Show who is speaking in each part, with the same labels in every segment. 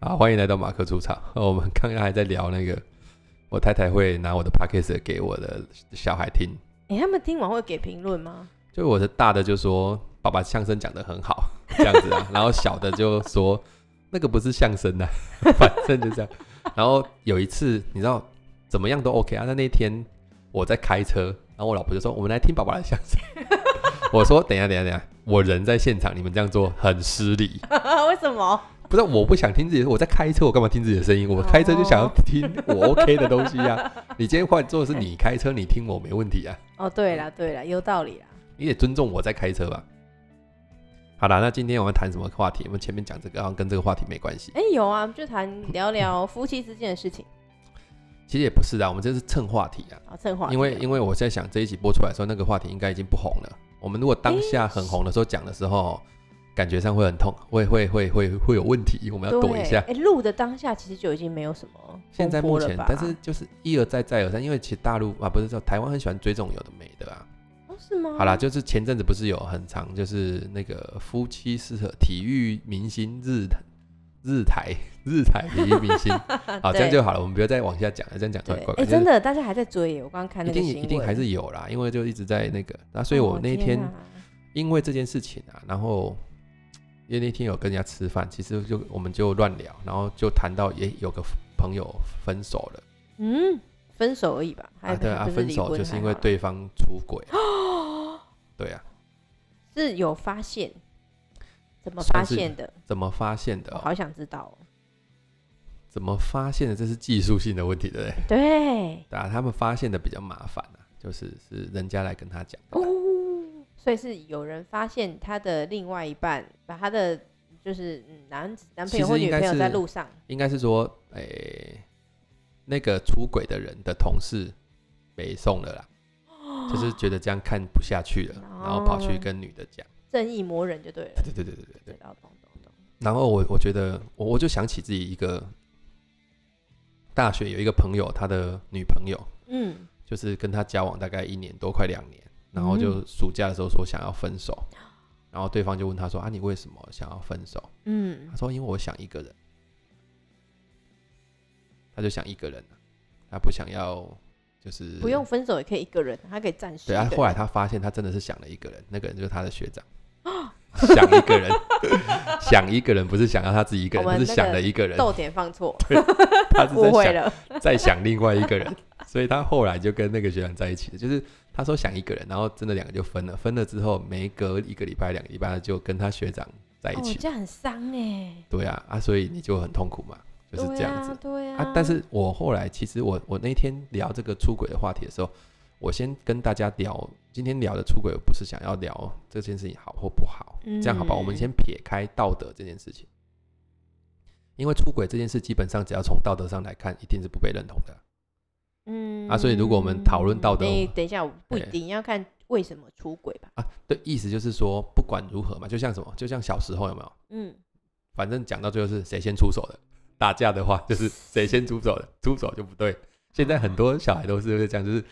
Speaker 1: 好，欢迎来到马克出场。 我们刚刚还在聊那个，我太太会拿我的 podcast 给我的小孩听，
Speaker 2: 哎、他们听完会给评论吗？
Speaker 1: 就我的大的就说爸爸相声讲得很好 这样子啊，然后小的就说那个不是相声呐、啊， 反正就这样。然后有一次你知道怎么样都 OK 啊，那那天我在开车，然后我老婆就说我们来听爸爸的相声， 我说等一下等一下等一下，我人在现场，你们这样做很失礼。
Speaker 2: 为什么？
Speaker 1: 不是我不想听自己的，我在开车，我干嘛听自己的声音？我开车就
Speaker 2: 哦
Speaker 1: 想要听我 OK 的东西啊。你今天换做是你开车，你听我没问题啊，
Speaker 2: 哦，对啦对啦，有道理啦。
Speaker 1: 你也尊重我在开车吧。好啦，那今天我们谈什么话题？我们前面讲这个，然后跟这个话题没关系。
Speaker 2: 哎、有啊，就谈聊聊夫妻之间的事情，
Speaker 1: 其实也不是啊，我们这是蹭话题啊。
Speaker 2: 好，趁话题
Speaker 1: 因
Speaker 2: 了。
Speaker 1: 为因为我在想这一集播出来的时候，那个话题应该已经不红了。我们如果当下很红的时候讲的时候，感觉上会很痛，会会会会会有问题，我们要躲一下。
Speaker 2: 对哎，录、的当下其实就已经没有什么
Speaker 1: 现在
Speaker 2: 风
Speaker 1: 目
Speaker 2: 波了
Speaker 1: 前
Speaker 2: 吧，
Speaker 1: 但是就是一而再再而三，因为其实大陆啊不是说台湾很喜欢追这种有的没的啊。
Speaker 2: 哦是吗？
Speaker 1: 好啦，就是前阵子不是有很长，就是那个夫妻是和体育明星日日台日台体育 明星，好这样就好了，我们不要再往下讲了，这样讲
Speaker 2: 对
Speaker 1: 太怪
Speaker 2: 哎、
Speaker 1: 怪。
Speaker 2: 真
Speaker 1: 的，
Speaker 2: 的，大家还在追耶，我刚刚看
Speaker 1: 一
Speaker 2: 那个
Speaker 1: 定
Speaker 2: 新闻，
Speaker 1: 一定还是有啦，因为就一直在那个，那所以
Speaker 2: 哦
Speaker 1: 我那天
Speaker 2: 天啊
Speaker 1: 因为这件事情啊，然后因为那天有跟人家吃饭，其实就我们就乱聊，然后就谈到也有个朋友分手了。
Speaker 2: 嗯，分手而已吧，还
Speaker 1: 啊，
Speaker 2: 不
Speaker 1: 对啊，
Speaker 2: 不
Speaker 1: 分
Speaker 2: 离
Speaker 1: 手
Speaker 2: 婚
Speaker 1: 就是
Speaker 2: 还
Speaker 1: 因为
Speaker 2: 好
Speaker 1: 对方出轨 啊。对啊，
Speaker 2: 是有发现，怎么发
Speaker 1: 算是
Speaker 2: 现的？
Speaker 1: 怎么发现的
Speaker 2: 我
Speaker 1: 哦、
Speaker 2: 好想知道、哦。
Speaker 1: 怎么发现的？这是技术性的问题，对不对？
Speaker 2: 对，
Speaker 1: 对啊，他们发现的比较麻烦啊，就是是人家来跟他讲的啦。
Speaker 2: 哦，所以是有人发现他的另外一半把他的就是嗯男男朋
Speaker 1: 其
Speaker 2: 友或
Speaker 1: 实应
Speaker 2: 女
Speaker 1: 该
Speaker 2: 朋友在
Speaker 1: 是
Speaker 2: 路上，
Speaker 1: 应该是说，诶、那个出轨的人的同事没送了 啦，就是觉得这样看不下去了，然后跑去
Speaker 2: 哦
Speaker 1: 跟女的讲。
Speaker 2: 正义魔人就对了。
Speaker 1: 对对对对对对。
Speaker 2: 对，懂懂懂。
Speaker 1: 然后我我觉得我我就想起自己一个大学有一个朋友，他的女朋友，
Speaker 2: 嗯，
Speaker 1: 就是跟他交往大概一年多，快两年，然后
Speaker 2: 嗯
Speaker 1: 就暑假的时候说想要分手，然后对方就问他说啊，你为什么想要分手？
Speaker 2: 嗯
Speaker 1: 他，说因为我想一个人，他就想一个人啊，他不想要就是
Speaker 2: 不用分手也可以一个人，他可以暂时一
Speaker 1: 对
Speaker 2: 个
Speaker 1: 啊
Speaker 2: 人。。
Speaker 1: 后来他发现他真的是想了一个人，那个人就是他的学长。想一个人， 想一个人，不是想要他自己一个
Speaker 2: 我
Speaker 1: 人，
Speaker 2: 们
Speaker 1: 不是
Speaker 2: 那
Speaker 1: 想
Speaker 2: 个
Speaker 1: 了一个人，
Speaker 2: 逗点放错，
Speaker 1: 他 是在
Speaker 2: 误会
Speaker 1: 想
Speaker 2: 了。
Speaker 1: 再想另外一个人， 所以他后来就跟那个学长在一起了。就是他说想一个人，然后真的两个就分了。分了之后，没隔一个礼拜、两个礼拜就跟他学长在一
Speaker 2: 哦，
Speaker 1: 起。
Speaker 2: 这样很伤哎。
Speaker 1: 对啊，啊，所以你就很痛苦嘛，就是这样子
Speaker 2: 对啊。对
Speaker 1: 啊
Speaker 2: 啊。
Speaker 1: 但是我后来其实我我那天聊这个出轨的话题的时候，我先跟大家聊，今天聊的出轨我不是想要聊这件事情好或不好，这样好吧？我们
Speaker 2: 嗯
Speaker 1: 先撇开道德这件事情，因为出轨这件事基本上只要从道德上来看，一定是不被认同的。
Speaker 2: 嗯
Speaker 1: 啊所以如果我们讨论哎道德
Speaker 2: 你等一下，我不一
Speaker 1: 对
Speaker 2: 定要看为什么出轨吧。
Speaker 1: 啊，对，意思就是说，不管如何嘛，就像什么，就像小时候有没有？
Speaker 2: 嗯，
Speaker 1: 反正讲到最后是谁先出手的，打架的话就是谁先出手的，出手就不对。现在很多小孩都是会这样，就是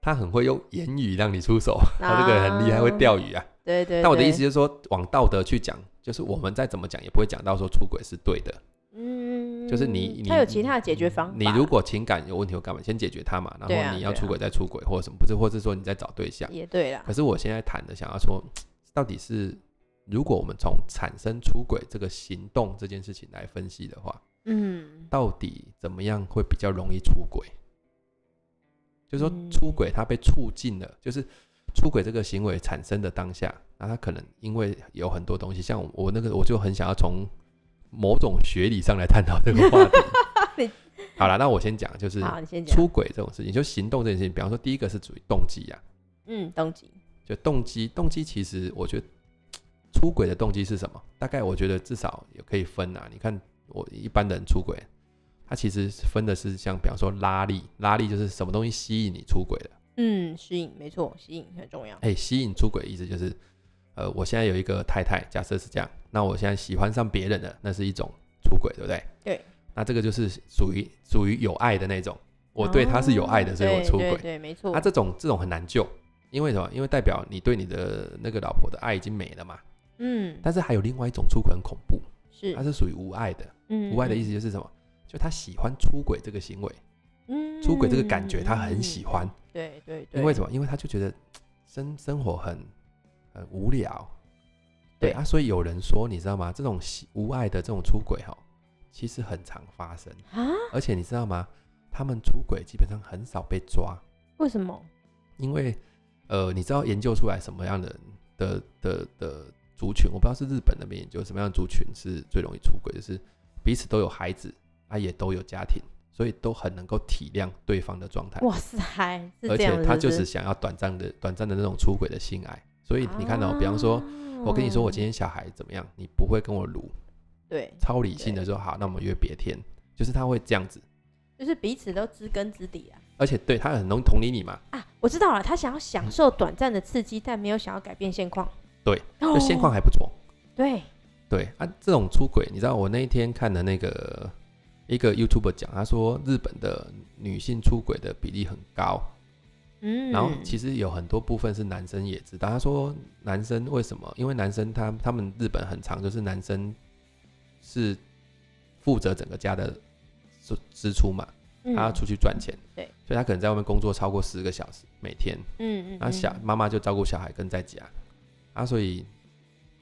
Speaker 1: 他很会用言语让你出手，他这个人很厉害，会钓鱼啊。
Speaker 2: 对啊对。
Speaker 1: 但我的意
Speaker 2: 对
Speaker 1: 思，就是说，往道德去讲，就是我们再怎么讲也不会讲到说出轨是对的。
Speaker 2: 嗯，
Speaker 1: 就是你
Speaker 2: 他
Speaker 1: 你
Speaker 2: 有其他的解决方法。
Speaker 1: 你如果情感有问题，我干嘛先解决它嘛？
Speaker 2: 对
Speaker 1: 然
Speaker 2: 啊
Speaker 1: 后你要
Speaker 2: 对啊
Speaker 1: 出轨再出轨，或者什么，不是，或是说你在找对象。
Speaker 2: 也对啦
Speaker 1: 可，是我现在谈的，想要说，到底是如果我们从产生出轨这个行动这件事情来分析的话，
Speaker 2: 嗯，
Speaker 1: 到底怎么样会比较容易出轨？就是说，
Speaker 2: 嗯
Speaker 1: 出轨它被促进了，就是出轨这个行为产生的当下，那它可能因为有很多东西，像我我那个，我就很想要从某种学理上来探讨这个话题
Speaker 2: 你。
Speaker 1: 好了，那我先讲，就是
Speaker 2: 好，你先讲。
Speaker 1: 出轨这种事情，就行动这件事情，比方说，第一个是属于动机啊，
Speaker 2: 嗯，东极。
Speaker 1: 就动机，动机其实我觉得出轨的动机是什么？大概我觉得至少也可以分啊。你看我一般的人出轨，他其实分的是像比方说拉力，拉力就是什么东西吸引你出轨的。
Speaker 2: 嗯，吸引没错，吸引很重要。
Speaker 1: 哎，吸引出轨的意思就是，呃，我现在有一个太太，假设是这样，那我现在喜欢上别人了，那是一种出轨，对不对？
Speaker 2: 对。
Speaker 1: 那这个就是属于属于有爱的那种，我对他是有爱的，
Speaker 2: 哦
Speaker 1: 所以我出
Speaker 2: 对
Speaker 1: 轨
Speaker 2: 对。对，没错。
Speaker 1: 啊，这种这种很难救，因为什么？因为代表你对你的那个老婆的爱已经没了嘛。
Speaker 2: 嗯，
Speaker 1: 但是还有另外一种出轨很恐怖，
Speaker 2: 是
Speaker 1: 他，是属于无爱的。
Speaker 2: 嗯
Speaker 1: 无爱的意思就是什么？就他喜欢出轨这个行为，
Speaker 2: 嗯
Speaker 1: 出轨这个感觉他很喜欢。
Speaker 2: 嗯对对对，
Speaker 1: 因为什么？因为他就觉得嘖生生活很很无聊。
Speaker 2: 对
Speaker 1: 啊，所以有人说，你知道吗？这种喜无爱的这种出轨哈，其实很常发生。
Speaker 2: 啊？
Speaker 1: 而且你知道吗？他们出轨基本上很少被抓，
Speaker 2: 为什么？
Speaker 1: 因为呃，你知道研究出来什么样的的的的族群？我不知道是日本那边研究什么样的族群是最容易出轨，就是彼此都有孩子，啊也都有家庭，所以都很能够体谅对方的状态，
Speaker 2: 哇塞，是
Speaker 1: 而
Speaker 2: 这样
Speaker 1: 且
Speaker 2: 子
Speaker 1: 他就是是想要短暂的短暂的那种出轨的性爱。所以你
Speaker 2: 啊
Speaker 1: 看哦到、比方说，，
Speaker 2: 哦
Speaker 1: 我跟你说我今
Speaker 2: 天
Speaker 1: 天小孩怎么样，你不会跟我撸，
Speaker 2: 对，
Speaker 1: 超理性的说好，那我们约别天，就是他会这样子，
Speaker 2: 就是彼此都知根知底啊
Speaker 1: 而且对他很容易同理你嘛，
Speaker 2: 啊！我知道了，他想要享受短暂的刺激，但没有想要改变现况。
Speaker 1: 对
Speaker 2: 哦，
Speaker 1: 就现况还不错。
Speaker 2: 对，
Speaker 1: 对啊，这种出轨，你知道我那一天看的那个一个 YouTube 讲，他说日本的女性出轨的比例很高，
Speaker 2: 嗯，
Speaker 1: 然后其实有很多部分是男生也知道。他说男生为什么？因为男生他他们日本很长，就是男生是负责整个家的支支出嘛，
Speaker 2: 嗯
Speaker 1: 他要出去赚钱，
Speaker 2: 对
Speaker 1: 所以他可能在外面工作超过十个小时每天，
Speaker 2: 嗯嗯，
Speaker 1: 那小
Speaker 2: 嗯
Speaker 1: 妈妈就照顾小孩跟在家，啊，所以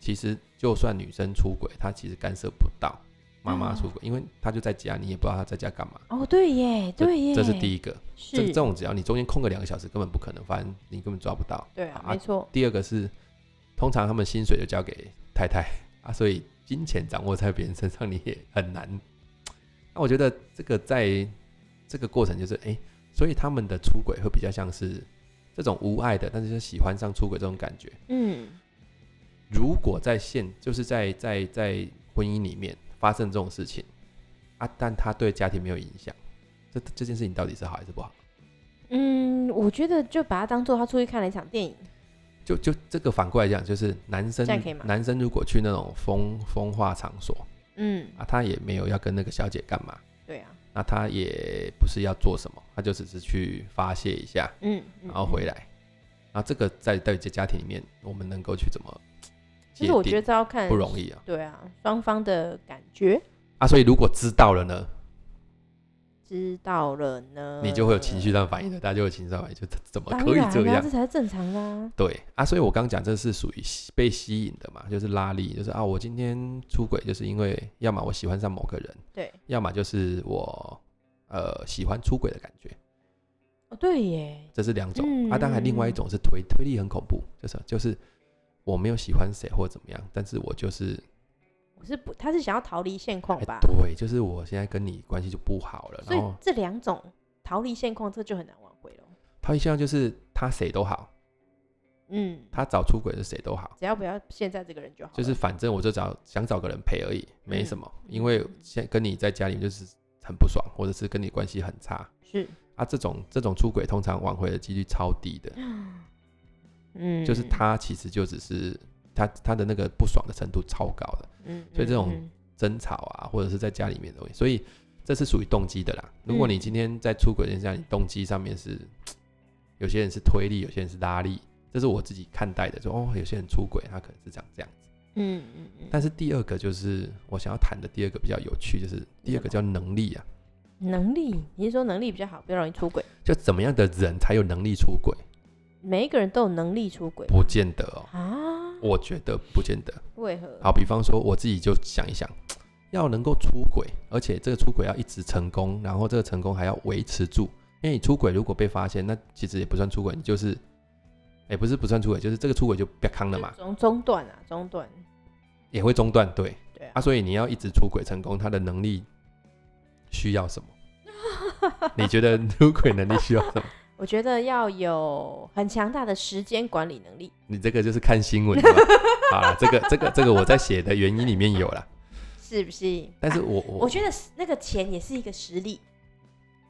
Speaker 1: 其实就算女生出轨，她其实干涉不到妈妈出轨，
Speaker 2: 嗯
Speaker 1: 因为她就在家，你也不知道她在家干嘛。
Speaker 2: 哦，对耶，
Speaker 1: 这
Speaker 2: 对耶，
Speaker 1: 这是第一个。
Speaker 2: 是
Speaker 1: 这这种只要你中间空个两个小时，根本不可能发生，你根本抓不到。
Speaker 2: 对啊，
Speaker 1: 啊
Speaker 2: 没错，
Speaker 1: 第二个是，通常他们薪水就交给太太 啊，所以金钱掌握在别人身上，你也很难。那、我觉得这个在这个过程就是，哎、所以他们的出轨会比较像是这种无爱的，但是就喜欢上出轨这种感觉。
Speaker 2: 嗯，
Speaker 1: 如果在现就是在在在婚姻里面发生这种事情啊，但他对家庭没有影响，这这件事情到底是好还是不好？
Speaker 2: 嗯，我觉得就把它当做他出去看了一场电影，
Speaker 1: 就就这个反过来讲，就是男生
Speaker 2: 这样可以吗
Speaker 1: 男生如果去那种风风化场所
Speaker 2: 嗯，
Speaker 1: 啊，他也没有要跟那个小姐干嘛，
Speaker 2: 对啊，
Speaker 1: 那他也不是要做什么，他就只是去发泄一下，
Speaker 2: 嗯，嗯
Speaker 1: 然后回，来。啊，这个在在这家庭里面，我们能够去怎么
Speaker 2: 其
Speaker 1: 界
Speaker 2: 实我觉得
Speaker 1: 定
Speaker 2: 这要看
Speaker 1: 不容易啊
Speaker 2: 对啊，双方的感觉
Speaker 1: 啊！所以如果知道了呢，
Speaker 2: 知道了呢，
Speaker 1: 你就会有情绪上反应的，大家就有情绪上反应，就怎么
Speaker 2: 嗯当
Speaker 1: 可以
Speaker 2: 然
Speaker 1: 这
Speaker 2: 啦
Speaker 1: 样
Speaker 2: 这？才是正常的啊。
Speaker 1: 对啊，所以我刚讲这是属于吸被吸引的嘛，就是拉力，就是啊，我今天出轨就是因为要么我喜欢上某个人，
Speaker 2: 对，
Speaker 1: 要么就是我呃喜欢出轨的感觉，
Speaker 2: 哦，对耶，
Speaker 1: 这是两种、
Speaker 2: 嗯
Speaker 1: 啊。当然，另外一种是推推力很恐怖，就是就是我没有喜欢谁或怎么样，但是我就是
Speaker 2: 我是不，他是想要逃离现况
Speaker 1: 哎
Speaker 2: 吧？
Speaker 1: 对，就是我现在跟你关系就不好了，
Speaker 2: 所
Speaker 1: 然
Speaker 2: 以
Speaker 1: 后
Speaker 2: 这两种逃离现况，这就很难挽回了。
Speaker 1: 他一向就是他谁都好，
Speaker 2: 嗯，
Speaker 1: 他找出轨的谁都好。
Speaker 2: 只要不要现在这个人就好嗯了。
Speaker 1: 就是反正我就找想找个人陪而已，没什么。因为现在跟你在家里就是很不爽，或者是跟你关系很差
Speaker 2: 是，
Speaker 1: 啊，这种这种出轨通常挽回的几率超低的，
Speaker 2: 嗯，
Speaker 1: 就是，他其实就只是他他的那个不爽的程度超高的，
Speaker 2: 嗯，
Speaker 1: 所以这种
Speaker 2: 嗯
Speaker 1: 争吵啊，或者是在家里面的东西，所以这是属于动机的啦。如果你今天在出轨这件事上，你动机上面是有些人是推力，有些人是拉力，这是我自己看待的，说哦，有些人出轨他可能是这样这样。
Speaker 2: 嗯嗯嗯
Speaker 1: 但是第二个就是我想要谈的第二个比较有趣，就是第二个叫能力啊，
Speaker 2: 嗯，能力，你是说能力比较好，比较容易出轨？
Speaker 1: 就怎么样的人才有能力出轨？
Speaker 2: 每一个人都有能力出轨
Speaker 1: 不见得哦，
Speaker 2: 啊？
Speaker 1: 我觉得不见得。
Speaker 2: 为何？
Speaker 1: 好，比方说我自己就想一想，要能够出轨，而且这个出轨要一直成功，然后这个成功还要维持住，因为你出轨如果被发现，那其实也不算出轨，你就是。也不是不算出轨，就是这个出轨就不要康了嘛
Speaker 2: 就，中中断啊，中断，
Speaker 1: 也会中断，对
Speaker 2: 对啊
Speaker 1: 啊，，所以你要一直出轨成功，他的能力需要 什么？你觉得出轨能力需要什么？
Speaker 2: 我觉得要有很强大的时间管理能力。
Speaker 1: 你这个就是看新闻的 吧？好了，这个这个这个我在写的原因里面有啦，
Speaker 2: 是不是？
Speaker 1: 但是
Speaker 2: 啊
Speaker 1: 我
Speaker 2: 我
Speaker 1: 我
Speaker 2: 觉得是那个钱也是一个实力，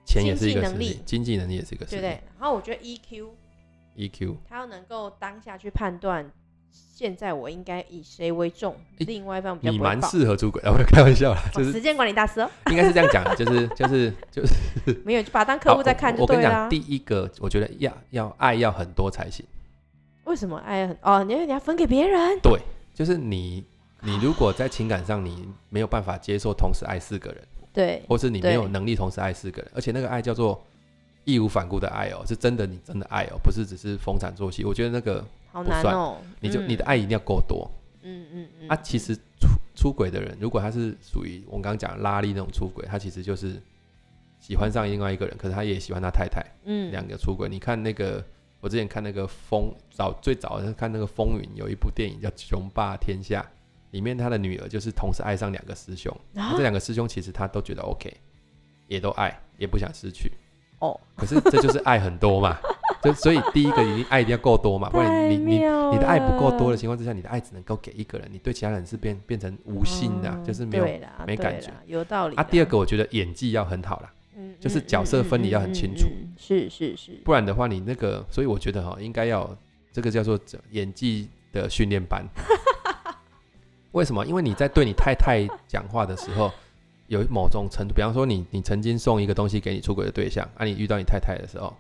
Speaker 1: 钱也是一个
Speaker 2: 经济
Speaker 1: 实
Speaker 2: 能
Speaker 1: 力
Speaker 2: 力，
Speaker 1: 经济能力也是一个实，E
Speaker 2: 对不
Speaker 1: 力
Speaker 2: 对。？然后我觉得 EQ，
Speaker 1: EQ
Speaker 2: 他要能够当下去判断，现在我应该以谁为重，
Speaker 1: 诶
Speaker 2: 另外一方比较
Speaker 1: 你
Speaker 2: 不会
Speaker 1: 蛮
Speaker 2: 爆。
Speaker 1: 适合出轨的， 我开玩笑啦，
Speaker 2: 哦
Speaker 1: 就是
Speaker 2: 时间管理大师哦，
Speaker 1: 应该是这样讲的， 就是就是就是
Speaker 2: 没有就把它当客户在看
Speaker 1: 好我
Speaker 2: 就
Speaker 1: 我跟
Speaker 2: 对
Speaker 1: 你
Speaker 2: 啦
Speaker 1: 讲，。第一个我觉得要要爱要很多才行，
Speaker 2: 哎为什么爱很哦？你要你要分给别人，
Speaker 1: 就是你你如果在情感上你没有办法接受同时爱四个人，
Speaker 2: 对，
Speaker 1: 或是你没有
Speaker 2: 对
Speaker 1: 能力同时爱四个人，而且那个爱叫做义无反顾的爱哦，是真的你真的爱哦，不是只是逢场作戏。我觉得那个
Speaker 2: 好
Speaker 1: 不
Speaker 2: 难
Speaker 1: 算
Speaker 2: 哦。
Speaker 1: 你就、
Speaker 2: 嗯
Speaker 1: 你的，爱一定要够多
Speaker 2: 嗯嗯嗯，
Speaker 1: 啊。其实出出轨的人，如果他是属于我们刚刚讲的拉力那种出轨，他其实就是喜欢上另外一个人，可是他也喜欢他太太，
Speaker 2: 嗯
Speaker 1: 两个出轨。你看那个，我之前看那个风早最早是看那个风云有一部电影叫《雄霸天下》，里面他的女儿就是同时爱上两个师兄，
Speaker 2: 啊
Speaker 1: 这两个师兄其实他都觉得 OK，也都爱，也不想失去。
Speaker 2: 哦，
Speaker 1: 可是这就是爱很多嘛， 就所以第一个你爱一定要够多嘛，不然你
Speaker 2: 太
Speaker 1: 你
Speaker 2: 妙
Speaker 1: 你的爱不够多的
Speaker 2: 了
Speaker 1: 情况之下，你的爱只能够给一个人，你对其他人是变变成无心的啊、
Speaker 2: 哦
Speaker 1: 就是没有。
Speaker 2: 对啦
Speaker 1: 没
Speaker 2: 对
Speaker 1: 感觉
Speaker 2: 啦有道理
Speaker 1: 啊，
Speaker 2: 啦
Speaker 1: 第二个我觉得演技要很好啦，
Speaker 2: 嗯
Speaker 1: 就是
Speaker 2: 嗯
Speaker 1: 角色分离要很清楚
Speaker 2: 嗯嗯嗯嗯嗯是是是，
Speaker 1: 不然的话，你那个，所以我觉得哈，应该要这个叫做演技的训练 班。为什么？因为你在对你太太讲话的时候，有某种程度，比方说你你曾经送一个东西给你出轨的对象，啊，你遇到你太太的时候，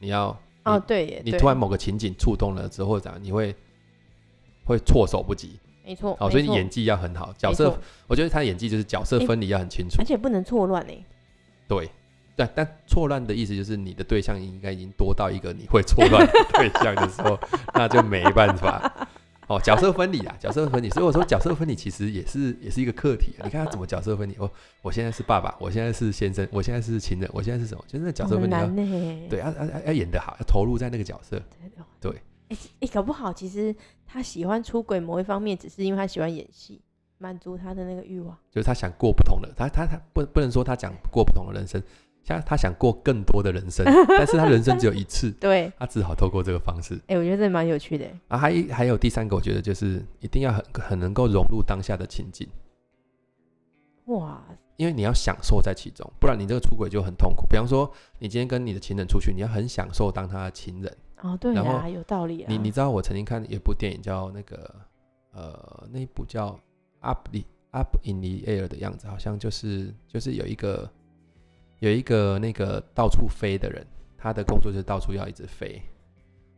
Speaker 1: 你要
Speaker 2: 哦，对耶，
Speaker 1: 你
Speaker 2: 对
Speaker 1: 突然某个情景触动了之后，怎样？你会会措手不及。
Speaker 2: 没错，
Speaker 1: 好，
Speaker 2: 没
Speaker 1: 所以你
Speaker 2: 错
Speaker 1: 演技要很好，角
Speaker 2: 没
Speaker 1: 色
Speaker 2: 错，
Speaker 1: 我觉得他演技就是角色
Speaker 2: 诶
Speaker 1: 分离要很清楚
Speaker 2: 而。且不能错乱哎，
Speaker 1: 对，但但错乱的意思就是你的对象应该已经多到一个你会错乱的对象的时候， 那就没办法。哦，角色分离啊，角色分离，所以我说角色分离其实也是也是一个课题、啊。你看他怎么角色分离？哦，我现在是爸爸，我现在是先生，我现在是情人，我现在是什么？就是那角色
Speaker 2: 很
Speaker 1: 分离要
Speaker 2: 难呢，
Speaker 1: 对，要要要要演得好，要投入在那个角色。对
Speaker 2: 哎、哎搞不好其实他喜欢出轨某一方面，只是因为他喜欢演戏，满足他的那个欲望。
Speaker 1: 就是他想过不同的，他他他不不能说他想过不同的人生，像他想过更多的人生， 但是他人生只有一次，
Speaker 2: 对，
Speaker 1: 他只好透过这个方式。
Speaker 2: 哎、我觉得这蛮有趣的欸。
Speaker 1: 啊，还还有第三个，我觉得就是一定要很很能够融入当下的情境，
Speaker 2: 哇，
Speaker 1: 因为你要享受在其中，不然你这个出轨就很痛苦。比方说，你今天跟你的情人出去，你要很享受当他的情人。
Speaker 2: 哦，对
Speaker 1: 然
Speaker 2: 呀，
Speaker 1: 后
Speaker 2: 有道理啊。
Speaker 1: 你你知道我曾经看一部电影叫那个呃，那一部叫《Up the Up in the Air》的样子，好像就是就是有一个有一个那个到处飞的人，他的工作就是到处要一直飞，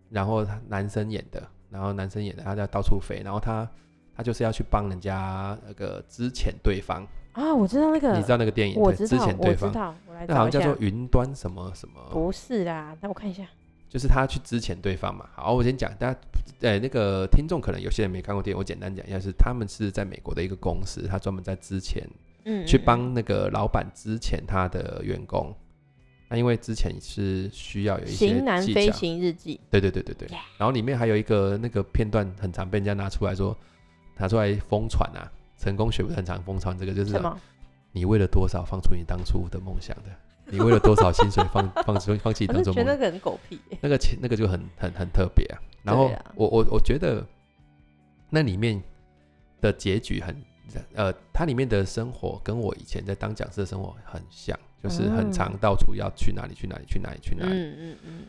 Speaker 1: 然后他男生演的，然后男生演的他在到处飞，然后他他就是要去帮人家那个之前对方，
Speaker 2: 啊，我知道那个，
Speaker 1: 你知道那个电影
Speaker 2: 我
Speaker 1: 对
Speaker 2: 知
Speaker 1: 之
Speaker 2: 道
Speaker 1: 前，
Speaker 2: 我
Speaker 1: 对
Speaker 2: 知
Speaker 1: 方，
Speaker 2: 道，我来
Speaker 1: 那好像
Speaker 2: 找一
Speaker 1: 叫
Speaker 2: 下
Speaker 1: 做。云端什么什么
Speaker 2: 不是啦，那我看一下。
Speaker 1: 就是他去之前对方嘛。好，我先讲，大家呃，那个听众可能有些人没看过电影，我简单讲一下，是他们是在美国的一个公司，他专门在之前
Speaker 2: 嗯，
Speaker 1: 去
Speaker 2: 嗯
Speaker 1: 帮那个老板之前他的员工。那因为之前是需要有
Speaker 2: 《
Speaker 1: 一些
Speaker 2: 型男
Speaker 1: 技
Speaker 2: 飞
Speaker 1: 巧，
Speaker 2: 行日记
Speaker 1: 对对对对对。然后里面还有一个那个片段，很常被人家拿出来说，拿出来疯传啊，成功学不是很常疯传这个，就》是
Speaker 2: 什么？
Speaker 1: 你为了多少放出你当初的梦想的，你为了多少薪水放 放出放弃
Speaker 2: 我
Speaker 1: 当初的梦
Speaker 2: 就觉
Speaker 1: 想
Speaker 2: 得那个很狗屁欸。
Speaker 1: 那个情那个就很很很特别啊。然后
Speaker 2: 对啊
Speaker 1: 我我我觉得那里面的结局很呃，它里面的生活跟我以前在当讲师的生活很像，就是很
Speaker 2: 嗯
Speaker 1: 常到处要去哪里去哪里去哪里去哪里。
Speaker 2: 嗯嗯嗯，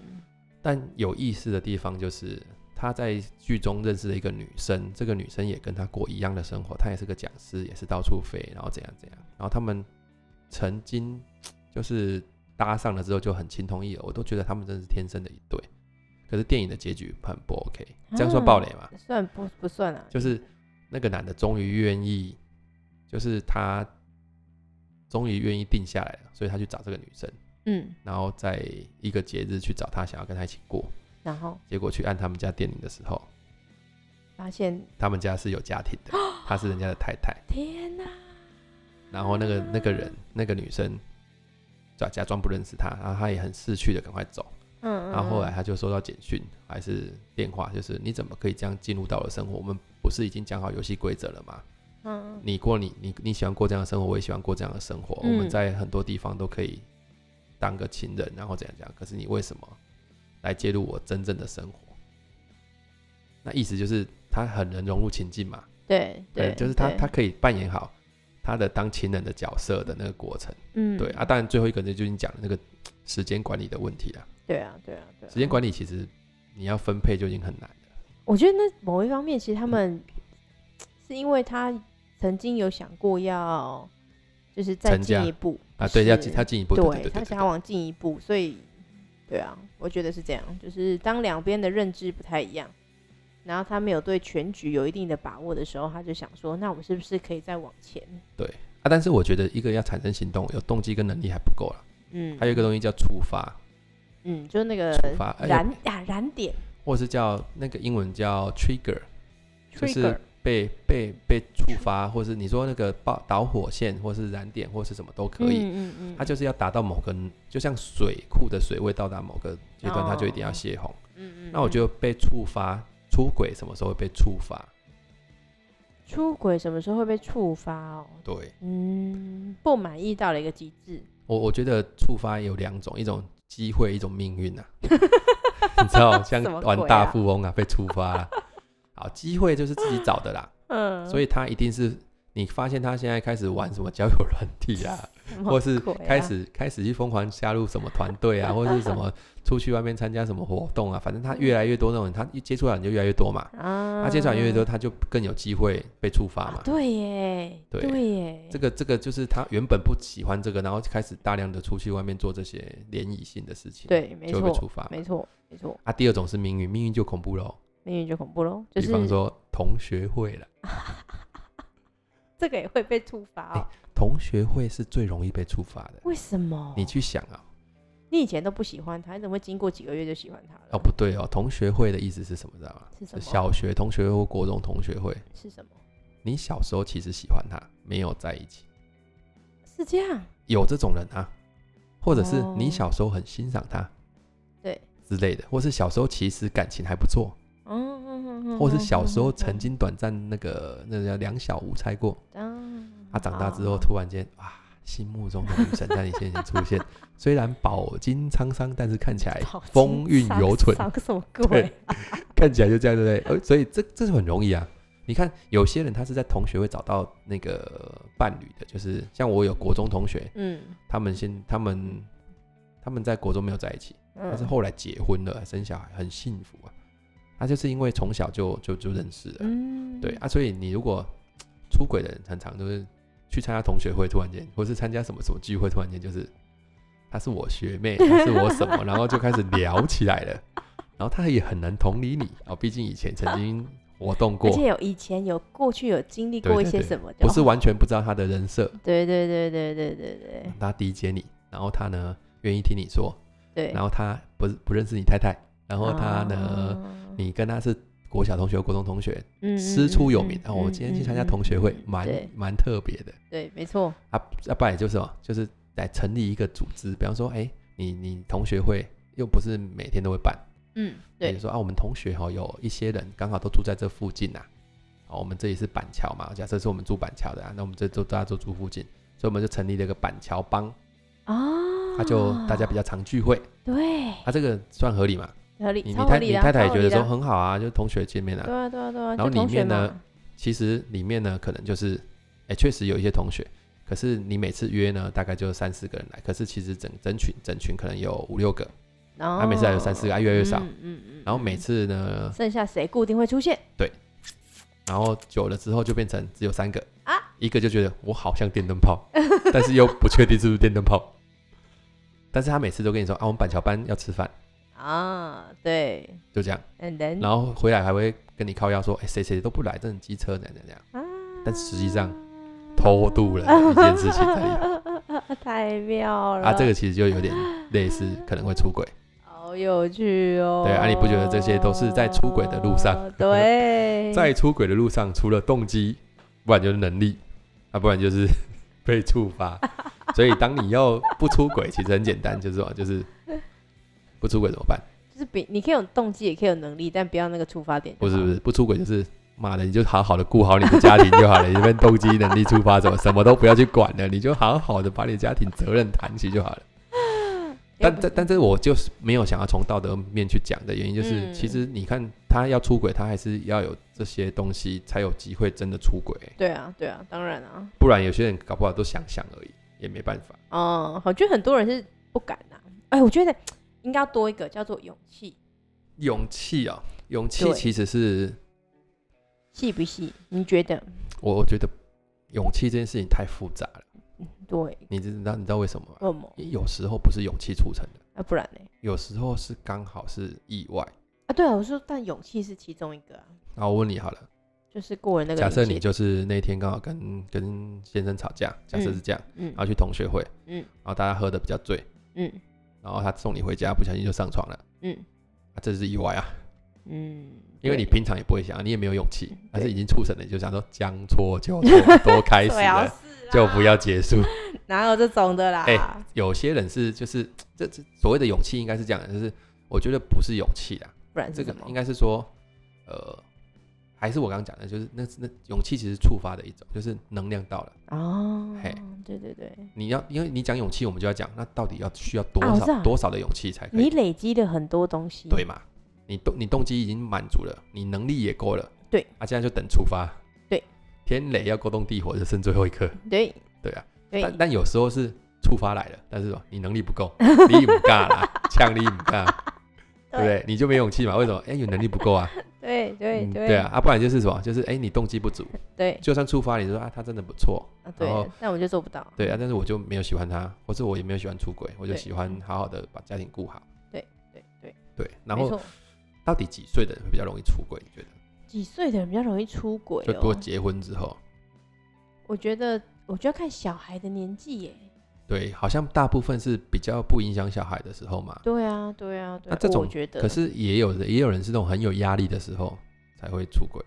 Speaker 1: 但有意思的地方就是他在剧中认识了一个女生，这个女生也跟他过一样的生活，她也是个讲师，也是到处飞，然后怎样怎样，然后他们曾经就是搭上了之后就很情同意合，我都觉得他们真是天生的一对。可是电影的结局很不 OK，这样算暴雷吗？
Speaker 2: 嗯算不不算啊？
Speaker 1: 就是那个男的终于愿意，就是他终于愿意定下来了，所以他去找这个女生，
Speaker 2: 嗯，
Speaker 1: 然后在一个节日去找她，想要跟她一起过。
Speaker 2: 然后
Speaker 1: 结果去按他们家电铃的时候，
Speaker 2: 发现，
Speaker 1: 他们家是有家庭的，她是人家的太太。
Speaker 2: 天哪！
Speaker 1: 然后那个那个人那个女生假假装不认识他，然后他也很识趣的赶快走。
Speaker 2: 嗯，嗯
Speaker 1: 然后后来
Speaker 2: 嗯
Speaker 1: 他就收到简讯还是电话，就是你怎么可以这样进入到我的生活？我们不是已经讲好游戏规则了吗？
Speaker 2: 嗯，嗯
Speaker 1: 你过你你你喜欢过这样的生活，我也喜欢过这样的生活。
Speaker 2: 嗯
Speaker 1: 我们在很多地方都可以当个情人，然后怎样怎样。可是你为什么来介入我真正的生活？那意思就是他很能融入情境嘛，嗯
Speaker 2: 对对，
Speaker 1: 就是他
Speaker 2: 对
Speaker 1: 他可以扮演好他的当情人的角色的那个过程。
Speaker 2: 嗯
Speaker 1: 对啊，当然最后一个呢，就是你讲的那个时间管理的问题啦。
Speaker 2: 对啊对啊对啊，
Speaker 1: 时间管理其实你要分配就已经很难了。
Speaker 2: 我觉得那某一方面，其实他们是因为他曾经有想过要，就是再
Speaker 1: 成家
Speaker 2: 进一步
Speaker 1: 啊，对，要
Speaker 2: 是
Speaker 1: 他进一步，对对对
Speaker 2: 他
Speaker 1: 对对
Speaker 2: 想要往进一步，所以对啊，我觉得是这样，就是当两边的认知不太一样，然后他没有对全局有一定的把握的时候，他就想说，那我是不是可以再往前？
Speaker 1: 啊，但是我觉得一个要产生行动，有动机跟能力还不够了，
Speaker 2: 嗯
Speaker 1: 还有一个东西叫触发，
Speaker 2: 嗯，就是那个
Speaker 1: 触发，哎
Speaker 2: 燃啊燃点
Speaker 1: 或是叫那个英文叫 trigger，就是
Speaker 2: trigger，
Speaker 1: 被被被触发，或是你说那个爆导火线，或是燃点，或是什么都可以。
Speaker 2: 嗯嗯
Speaker 1: 它就是要达到某个，就像水库的水位到达某个阶段，它就一定要
Speaker 2: 哦
Speaker 1: 泄洪。
Speaker 2: 嗯嗯
Speaker 1: 那我觉得被触发出轨什么时候会被触发？
Speaker 2: 出轨什么时候会被触发哦？
Speaker 1: 对
Speaker 2: 嗯，不满意到了一个极致，
Speaker 1: 我，我觉得触发有两种，一种机会，一种命运啊。 你 知道，像
Speaker 2: 什么鬼
Speaker 1: 玩大
Speaker 2: 啊
Speaker 1: 富翁啊，被触发啦。好，机会就是自己找的啦，
Speaker 2: 嗯，
Speaker 1: 所
Speaker 2: 以
Speaker 1: 以他一定是你发现他现在开始玩什么交友软体 啊，或是开
Speaker 2: 啊
Speaker 1: 始开始去疯狂加入什么团队啊，或是什 么出去外面参加什么活动啊，反正他越来越多那种人，他一接触的人就越来越多嘛，
Speaker 2: 啊，
Speaker 1: 他接触的人越来越多，他就更有机会被触发嘛。
Speaker 2: 对耶，
Speaker 1: 对
Speaker 2: 耶，
Speaker 1: 这个这个就是他原本不喜欢这个，然后开始大量的出去外面做这些联谊性的事情，，
Speaker 2: 对，没
Speaker 1: 就会被触
Speaker 2: 错，
Speaker 1: 发嘛。
Speaker 2: 没错，没错，
Speaker 1: 啊，第二种是命运，命运就恐怖喽，
Speaker 2: 命运就恐怖喽，就
Speaker 1: 比
Speaker 2: 是
Speaker 1: 方说同学会了，
Speaker 2: 这个也会被触发哦。
Speaker 1: 同学会是最容易被触发的。
Speaker 2: 为什么？
Speaker 1: 你去想啊，
Speaker 2: 你以前都不喜欢他，你怎么会经过几个月就喜欢他了？
Speaker 1: 哦不对哦，同学会的意思是什么？知道吗？
Speaker 2: 是什么
Speaker 1: 小学同学会或国中同学会。
Speaker 2: 是什么？
Speaker 1: 你小时候其实喜欢他，没有在一起，
Speaker 2: 是这样，
Speaker 1: 有这种人啊，或者是
Speaker 2: 哦
Speaker 1: 你小时候很欣赏他，
Speaker 2: 对
Speaker 1: 之类的，或是小时候其实感情还不错，
Speaker 2: 嗯嗯嗯嗯，
Speaker 1: 或是小时候
Speaker 2: 嗯
Speaker 1: 曾，经短暂那个那个叫两小无猜过，
Speaker 2: 嗯
Speaker 1: 他、长大之后
Speaker 2: 好
Speaker 1: 突然间哇，心目中的女神在你面前出现， 虽然饱经沧桑，但是看起来
Speaker 2: 好
Speaker 1: 哎风韵
Speaker 2: 桑
Speaker 1: 犹存，
Speaker 2: 桑什么
Speaker 1: 对
Speaker 2: 鬼？
Speaker 1: 看起来就这样，对不对？呃，所以这这是很容易啊。你看，有些人他是在同学会找到那个伴侣的，就是像我有国中同学，
Speaker 2: 嗯
Speaker 1: 他们先他们他们在国中没有在一起，
Speaker 2: 嗯，
Speaker 1: 但是后来结婚了，生小孩，很幸福啊。他就是因为从小就就就认识了，
Speaker 2: 嗯
Speaker 1: 对啊，所以你如果出轨的人，常常就是去参加同学会，突然间，或是参加什么什么聚会，突然间就是她是我学妹，她是我什么，然后就开始聊起来了。然后他也很难同理你哦，毕竟以前曾经活动过
Speaker 2: 而，且有以前有过去有经历
Speaker 1: 对
Speaker 2: 过一
Speaker 1: 对
Speaker 2: 些
Speaker 1: 对
Speaker 2: 什么的，
Speaker 1: 不是
Speaker 2: 哦
Speaker 1: 完全不知道他的人设，
Speaker 2: 对对对对对对对
Speaker 1: 他理解你，然后他呢愿意听你说，
Speaker 2: 对，
Speaker 1: 嗯
Speaker 2: 嗯
Speaker 1: 然后他不是不认识你太太，然后他呢，
Speaker 2: 啊，
Speaker 1: 你跟他是国小同学、国中同学，
Speaker 2: 嗯
Speaker 1: 师出有名。哦，我今天去参加同学会，
Speaker 2: 蛮
Speaker 1: 蛮蛮特别的。
Speaker 2: 嗯对，没错，
Speaker 1: 啊，要不然也就是什么，就是来成立一个组织，比方说，哎、你你同学会又不是每天都会办，
Speaker 2: 嗯，
Speaker 1: 比如
Speaker 2: 对，
Speaker 1: 说啊，我们同学哈、有一些人刚好都住在这附近呐、啊，哦，我们这里是板桥嘛，假设是我们住板桥的啊，那我们这都大家都住附近，所以我们就成立了一个板桥帮，
Speaker 2: 啊，
Speaker 1: 他、就大家比较常聚会，
Speaker 2: 对
Speaker 1: 啊，这个算合理嘛？
Speaker 2: 合理，
Speaker 1: 你你
Speaker 2: 超合
Speaker 1: 太
Speaker 2: 理
Speaker 1: 你
Speaker 2: 的啊
Speaker 1: 太太也
Speaker 2: 超
Speaker 1: 觉
Speaker 2: 合
Speaker 1: 得
Speaker 2: 理的
Speaker 1: 说
Speaker 2: 啊
Speaker 1: 很好啊，就是同学见面啊，
Speaker 2: 对啊对啊对啊，
Speaker 1: 然后
Speaker 2: 就同
Speaker 1: 里
Speaker 2: 学
Speaker 1: 面呢
Speaker 2: 嘛，
Speaker 1: 其实里面呢，可能就是，哎、确实有一些同学，可是你每次约呢，大概就三四个人来，可是其实整整群整群可能有五六个，
Speaker 2: 然
Speaker 1: 啊每次还有三四个啊越来越少
Speaker 2: 哦嗯嗯嗯，
Speaker 1: 然后每
Speaker 2: 嗯
Speaker 1: 次呢，
Speaker 2: 剩下谁固定会出现？
Speaker 1: 然后久了之后就变成只有三个
Speaker 2: 啊，
Speaker 1: 一个就觉得我好像电灯泡， 但是又不确定是不是电灯泡，但是他每次都跟你说啊，我们板桥班要吃饭，
Speaker 2: 啊，对
Speaker 1: 就这样，
Speaker 2: ，and then
Speaker 1: 然后回来还会跟你靠腰说，哎、谁谁都不来，真的机车怎样怎 样，
Speaker 2: 啊，
Speaker 1: 但实际上偷渡了一件事情在里 面
Speaker 2: 太妙了
Speaker 1: 啊，这个其实就有点类似可能会出轨。
Speaker 2: 好有趣哦！
Speaker 1: 对啊你不觉得这些都是在出轨的路上？
Speaker 2: 对，
Speaker 1: 在出轨的路上，除了动机，不然就是能力，啊，不然就是 被触发。所以，当你要不出轨，其实很简单，就是什么，就是不出轨怎么办？
Speaker 2: 就是比你可以有动机，也可以有能力，但不要那个出发点就
Speaker 1: 不
Speaker 2: 好
Speaker 1: 是
Speaker 2: 了。
Speaker 1: 不是，不出轨就是妈的，你就好好的顾好你的家庭就好了，你们动机、能力、触发什么什么都不要去管了，你就好好的把你的家庭责任谈起就好了。
Speaker 2: 要
Speaker 1: 但
Speaker 2: 不
Speaker 1: 但但这我就是没有想要从道德面去讲的原因，就是、
Speaker 2: 嗯
Speaker 1: 其实你看他要出轨，他还是要有这些东西才有机会真的出轨、
Speaker 2: 对啊对啊，当然啊，
Speaker 1: 不然有些人搞不好都想想而已，也没办法。
Speaker 2: 嗯，我觉得很多人是不敢啊。哎，我觉得应该要多一个叫做勇气，
Speaker 1: 勇气啊、勇气
Speaker 2: 对
Speaker 1: 其实是
Speaker 2: 细不细？你觉得？
Speaker 1: 我我觉得勇气这件事情太复杂了，
Speaker 2: 对，
Speaker 1: 你知道你知道为什么吗？
Speaker 2: 恶魔
Speaker 1: 有时候不是勇气促成的，
Speaker 2: 啊，不然呢？
Speaker 1: 有时候是刚好是意外。
Speaker 2: 啊，对啊，我说，但勇气是其中一个啊。
Speaker 1: 那我问你好了，
Speaker 2: 就是过了那个
Speaker 1: 假设
Speaker 2: 临
Speaker 1: 你
Speaker 2: 界
Speaker 1: 就是那一天刚好跟跟先生吵架，假设是这样，
Speaker 2: 嗯
Speaker 1: 然后去同学会，
Speaker 2: 嗯
Speaker 1: 然后大家喝的比较醉，
Speaker 2: 嗯
Speaker 1: 然后他送你回家，不小心就上床了，
Speaker 2: 嗯
Speaker 1: 啊、这是意外啊，
Speaker 2: 嗯，
Speaker 1: 因为你
Speaker 2: 对
Speaker 1: 平常也不会想，你也没有勇气
Speaker 2: 嗯，
Speaker 1: 但是
Speaker 2: 对
Speaker 1: 已经促成了，你就想说将错就错，多开啊 始
Speaker 2: 最好
Speaker 1: 了，
Speaker 2: 是啦啊
Speaker 1: 就不要结束。
Speaker 2: 哪有这种的啦？
Speaker 1: 哎有些人是就是这这所谓的勇气，应该是这样的，就是我觉得不是勇气啦，
Speaker 2: 不然
Speaker 1: 这
Speaker 2: 是
Speaker 1: 个
Speaker 2: 什么
Speaker 1: 应？该是说，呃，还是我刚刚讲的，就是那那勇气其实触发的一种，就是能量到了，
Speaker 2: 哦
Speaker 1: 嘿，
Speaker 2: 对对对，
Speaker 1: 你要因为你讲勇气，我们就要讲那到底要需要多
Speaker 2: 啊我知
Speaker 1: 少、
Speaker 2: 道
Speaker 1: 多少的勇气才可
Speaker 2: 你
Speaker 1: 以，
Speaker 2: 累积了很多东西，
Speaker 1: 对嘛？你动你动机已经满足了，你能力也够了，
Speaker 2: 对，
Speaker 1: 啊，现在就等出发，
Speaker 2: 对，
Speaker 1: 天雷要勾动地火，就剩最后一刻，
Speaker 2: 对
Speaker 1: 对啊，
Speaker 2: 对
Speaker 1: 但但有时候是触发来了，但是你能力不够， 力不尬啦， 呛力不 尬，对不对？你就没勇气嘛？为什么？哎、你能力不够啊，
Speaker 2: 对 对
Speaker 1: 嗯
Speaker 2: 对
Speaker 1: 对啊，啊，不然就是什么？就是哎、你动机不足，
Speaker 2: 对
Speaker 1: 就算触发你说啊，他真的不错，
Speaker 2: 啊
Speaker 1: 然后
Speaker 2: 对，但我就做不到，
Speaker 1: 对啊，但是我就没有喜欢他，或者我也没有喜欢出轨，我就
Speaker 2: 嗯对
Speaker 1: 喜欢好好的把家庭顾好。
Speaker 2: 对对，
Speaker 1: 对，然
Speaker 2: 没
Speaker 1: 后
Speaker 2: 错，
Speaker 1: 到底几岁的人会比较容易出轨？你觉得？
Speaker 2: 几岁的人比较容易出轨
Speaker 1: 就多
Speaker 2: 哦？
Speaker 1: 结婚之后，
Speaker 2: 我觉得，我觉得看小孩的年纪耶。
Speaker 1: 对，好像大部分是比较不影响小孩的时候嘛。
Speaker 2: 对啊，对啊，对
Speaker 1: 那
Speaker 2: 啊。
Speaker 1: 这种
Speaker 2: 我觉得，
Speaker 1: 可是也有的，也有人是那种很有压力的时候才会出轨，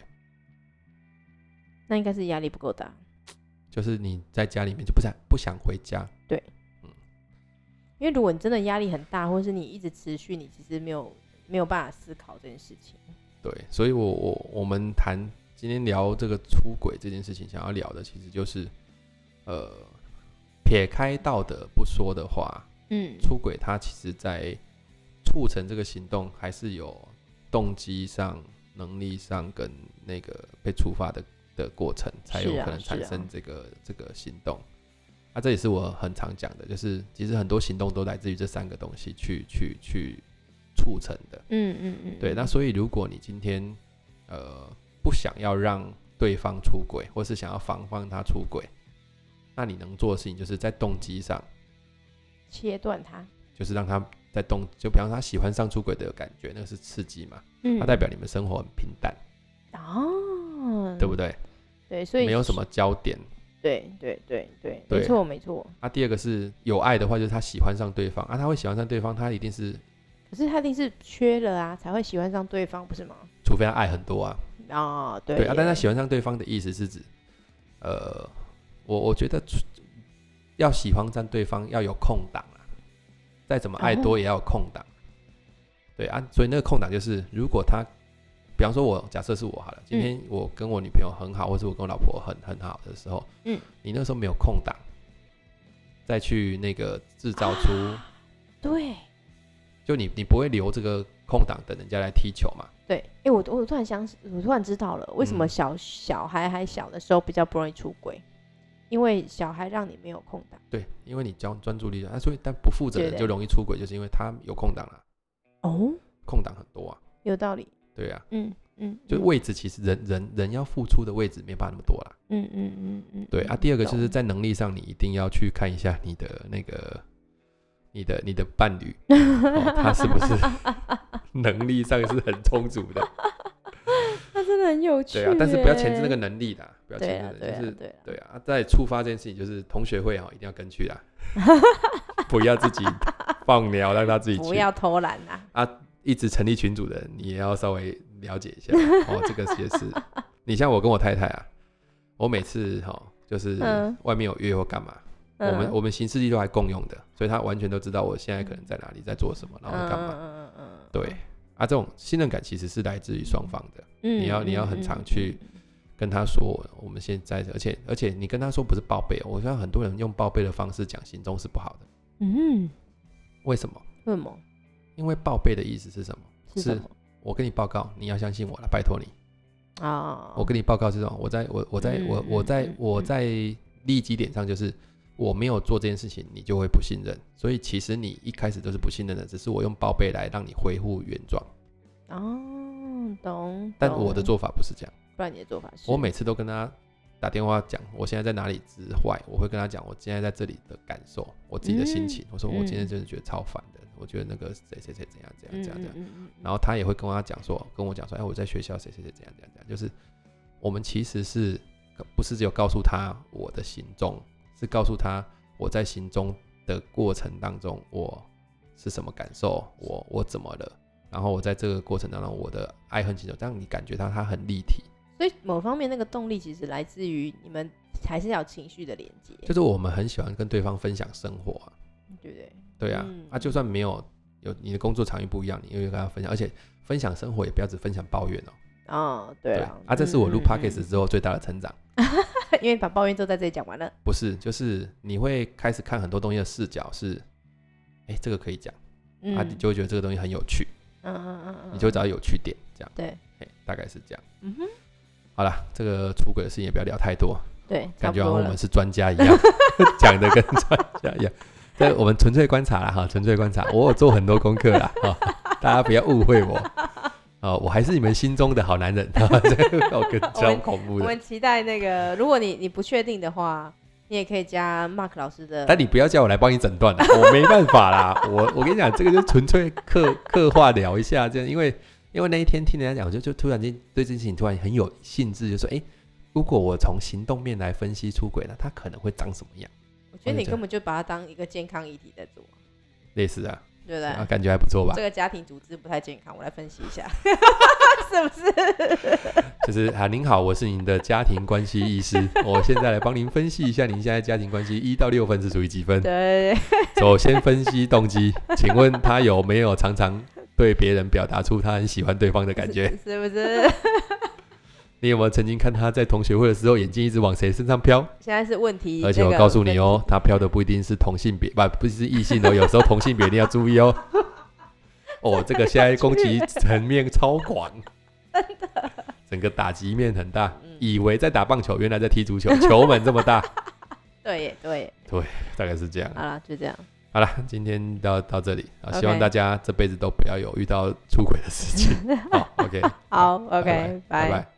Speaker 2: 那应该是压力不够大，
Speaker 1: 就是你在家里面就不想不想回家，
Speaker 2: 因为如果你真的压力很大，或是你一直持续，你其实没有没有办法思考这件事情。
Speaker 1: 对，所以我我我们谈今天聊这个出轨这件事情，想要聊的其实就是，呃，撇开道德不说的话，
Speaker 2: 嗯，
Speaker 1: 出轨它其实在促成这个行动，还是有动机上、能力上跟那个被触发的的过程，才有
Speaker 2: 是啊
Speaker 1: 可能产
Speaker 2: 是啊
Speaker 1: 生这个、这个行动。啊，这也是我很常讲的，就是其实很多行动都来自于这三个东西去去去促成的。
Speaker 2: 嗯嗯嗯，
Speaker 1: 对，那所以如果你今天呃不想要让对方出轨，或是想要防范他出轨，那你能做的事情就是在动机上，
Speaker 2: 切断它，
Speaker 1: 就是让他在动，就比方说他喜欢上出轨的感觉，那个是刺激嘛，
Speaker 2: 嗯，
Speaker 1: 它代表你们生活很平淡，
Speaker 2: 哦，
Speaker 1: 对不对？
Speaker 2: 对，所以
Speaker 1: 没有什么焦点。
Speaker 2: 对对对对，
Speaker 1: 对
Speaker 2: 没错没错。
Speaker 1: 啊，第二个是有爱的话，就是他喜欢上对方啊，他会喜欢上对方，他一定是，
Speaker 2: 可是他一定是缺了啊，才会喜欢上对方，不是吗？
Speaker 1: 除非他爱很多啊，
Speaker 2: 啊，对
Speaker 1: 对啊，但他
Speaker 2: 耶
Speaker 1: 喜欢上对方的意思是指，呃，我我觉得除要喜欢上对方要有空档啊，再怎么爱多也要有空档。对啊，所以那个空档就是，如果他，比方说我假设是我好了，今天我跟我女朋友很好，或是我跟我老婆很很好的时候，
Speaker 2: 嗯，
Speaker 1: 你那时候没有空档，再去那个制造出，
Speaker 2: 对
Speaker 1: 就你你不会留这个空档等人家来踢球嘛？
Speaker 2: 对，哎，我我突然想起，我突然知道了，为什么
Speaker 1: 嗯
Speaker 2: 小、小孩还小的时候比较不容易出轨，因为小孩让你没有空档。
Speaker 1: 对，因为你专专注力啊，所以但不负责
Speaker 2: 对
Speaker 1: 任
Speaker 2: 的
Speaker 1: 就容易出轨，就是因为他有空档啦、
Speaker 2: 哦，
Speaker 1: 空档很多啊，
Speaker 2: 有道理，
Speaker 1: 对啊，
Speaker 2: 嗯嗯，
Speaker 1: 就
Speaker 2: 嗯
Speaker 1: 位置其实人人人要付出的位置没办法那么多啦，
Speaker 2: 嗯嗯嗯嗯，
Speaker 1: 对啊。第二个就是
Speaker 2: 懂
Speaker 1: 在能力上，你一定要去看一下你的那个你的你的伴 侣、哦，他是不是能力上是很充足 的，
Speaker 2: 那真的很有趣
Speaker 1: 对
Speaker 2: 耶。
Speaker 1: 啊，但是不要前置那个能力啦，不要
Speaker 2: 对
Speaker 1: 前
Speaker 2: 啊
Speaker 1: 置那
Speaker 2: 对
Speaker 1: 个
Speaker 2: 啊
Speaker 1: 就是
Speaker 2: 对啊，
Speaker 1: 对啊，在触发这件事情，就是同学会哦哈、一定要跟 去啦，不要自己放鸟让他自己去，
Speaker 2: 啊不要偷懒啊啦、
Speaker 1: 一直成立群组的人，你也要稍微了解一 下哦。这个也是，你像我跟我太太啊，我每次哈、哦，就是
Speaker 2: 嗯
Speaker 1: 外面有约或干嘛，
Speaker 2: 嗯。
Speaker 1: 我们我们行事历都还共用的，所以她完全都知道我现在可能在哪里，在做什么，然后干嘛。
Speaker 2: 嗯嗯嗯嗯，
Speaker 1: 对啊，这种信任感其实是来自于双方的，
Speaker 2: 嗯，
Speaker 1: 你要你要很
Speaker 2: 嗯
Speaker 1: 常去，跟她说我们现在，而且而且你跟她说不是报备哦，我知道很多人用报备的方式讲行踪是不好的，
Speaker 2: 嗯，嗯
Speaker 1: 为什么？
Speaker 2: 为什么？
Speaker 1: 因为报备的意思是什么？
Speaker 2: 是
Speaker 1: 是
Speaker 2: 什么
Speaker 1: 我跟你报告，你要相信我了，拜托你。
Speaker 2: 啊？
Speaker 1: 我跟你报告这种，我在我我在我我
Speaker 2: 嗯嗯
Speaker 1: 在
Speaker 2: 嗯
Speaker 1: 我在利己点上，就是我没有做这件事情，你就会不信任。所以其实你一开始都是不信任的，只是我用报备来让你恢复原状。
Speaker 2: 哦，懂。
Speaker 1: 但我的
Speaker 2: 懂，
Speaker 1: 做法不是这样，
Speaker 2: 不然你的做法哦是，
Speaker 1: 我每次都跟他打电话讲我现在在哪里之外，我会跟他讲我现在在这里的感受，我自己的心情。我说我今天
Speaker 2: 嗯
Speaker 1: 真的觉得超烦的，我觉得那个谁谁谁怎样怎样
Speaker 2: 嗯
Speaker 1: 怎样怎样
Speaker 2: 嗯。嗯嗯
Speaker 1: 然后他也会跟他讲说，跟我讲说，哎，我在学校谁谁谁怎样怎样怎样，就是我们其实是不是只有告诉他我的行踪，是告诉他我在行踪的过程当中我是什么感受，我我怎么了，然后我在这个过程当中我的爱恨情仇，让你感觉到他很立体，
Speaker 2: 所以某方面那个动力其实来自于你们还是要有情绪的连接，
Speaker 1: 就是我们很喜欢跟对方分享生活啊，
Speaker 2: 对不对？
Speaker 1: 对啊，
Speaker 2: 嗯
Speaker 1: 啊，就算没有有你的工作场域不一样，你又要跟他分享，而且分享生活也不要只分享抱怨哦，
Speaker 2: 哦，对啊，
Speaker 1: 啊，这是我录
Speaker 2: 嗯
Speaker 1: podcast 之后最大的成长。
Speaker 2: 嗯嗯因为把抱怨都在这里讲完了，
Speaker 1: 不是，就是你会开始看很多东西的视角是，哎、这个可以讲，
Speaker 2: 嗯
Speaker 1: 啊，你就会觉得这个东西很有趣，
Speaker 2: 嗯嗯嗯嗯，
Speaker 1: 你就会找到有趣点，这样，
Speaker 2: 对，
Speaker 1: 哎、大概是这样。
Speaker 2: 嗯哼，
Speaker 1: 好啦，这个出轨的事情也不要聊太多，
Speaker 2: 对，差
Speaker 1: 感
Speaker 2: 不
Speaker 1: 觉好像
Speaker 2: 多
Speaker 1: 我
Speaker 2: 了
Speaker 1: 们。是专家一样， 讲的跟专家一样。但我们纯粹观察啦，哈，纯粹观察，我有做很多功课啦，哈，大家不要误会我，哦，我还是你们心中的好男人，哈，这个要跟超恐怖
Speaker 2: 我
Speaker 1: 的，
Speaker 2: 们期待那个，如果你你不确定的话，你也可以加 Mark 老师的，
Speaker 1: 但你不要叫我来帮你诊断啦，我没办法啦。我我跟你讲，这个就纯粹刻刻画聊一下，这样，因为因为那一天听人家讲，我就就突然间对这件事情突然很有兴致，就说，诶，如果我从行动面来分析出轨，那它可能会长什么样？
Speaker 2: 我觉得
Speaker 1: 我
Speaker 2: 你
Speaker 1: 也觉得
Speaker 2: 根本就把它当一个健康议题在做，
Speaker 1: 类似啊，
Speaker 2: 对不
Speaker 1: 啊，
Speaker 2: 对？
Speaker 1: 感觉还不错吧
Speaker 2: 这？个家庭组织不太健康，我来分析一下， 是不是？
Speaker 1: 就是啊，您好，我是您的家庭关系医师，我现在来帮您分析一下您现在家庭关系一到六分是属于几分？
Speaker 2: 对，
Speaker 1: 首先分析动机，请问他有没有常常对别人表达出他很喜欢对方的感觉？
Speaker 2: 是不是？
Speaker 1: 你有没有曾经看他在同学会的时候，眼睛一直往谁身上飘？
Speaker 2: 现在是问题，
Speaker 1: 而且我告诉你哦，，他飘的不一定是同性别， 不不是异性哦，有时候同性别你要注意哦。 哦，这个现在攻击层面超广， 真的，嗯整个打击面很大。以为在打棒球，原来在踢足 球，球门这么大，
Speaker 2: 对耶对耶，
Speaker 1: 大概是这样。
Speaker 2: 好了，就这样。
Speaker 1: 好了，今天到到这里啊，
Speaker 2: OK
Speaker 1: 希望大家这辈子都不要有遇到出轨的事情。好，OK，
Speaker 2: 好
Speaker 1: 拜
Speaker 2: ，OK，
Speaker 1: 拜拜。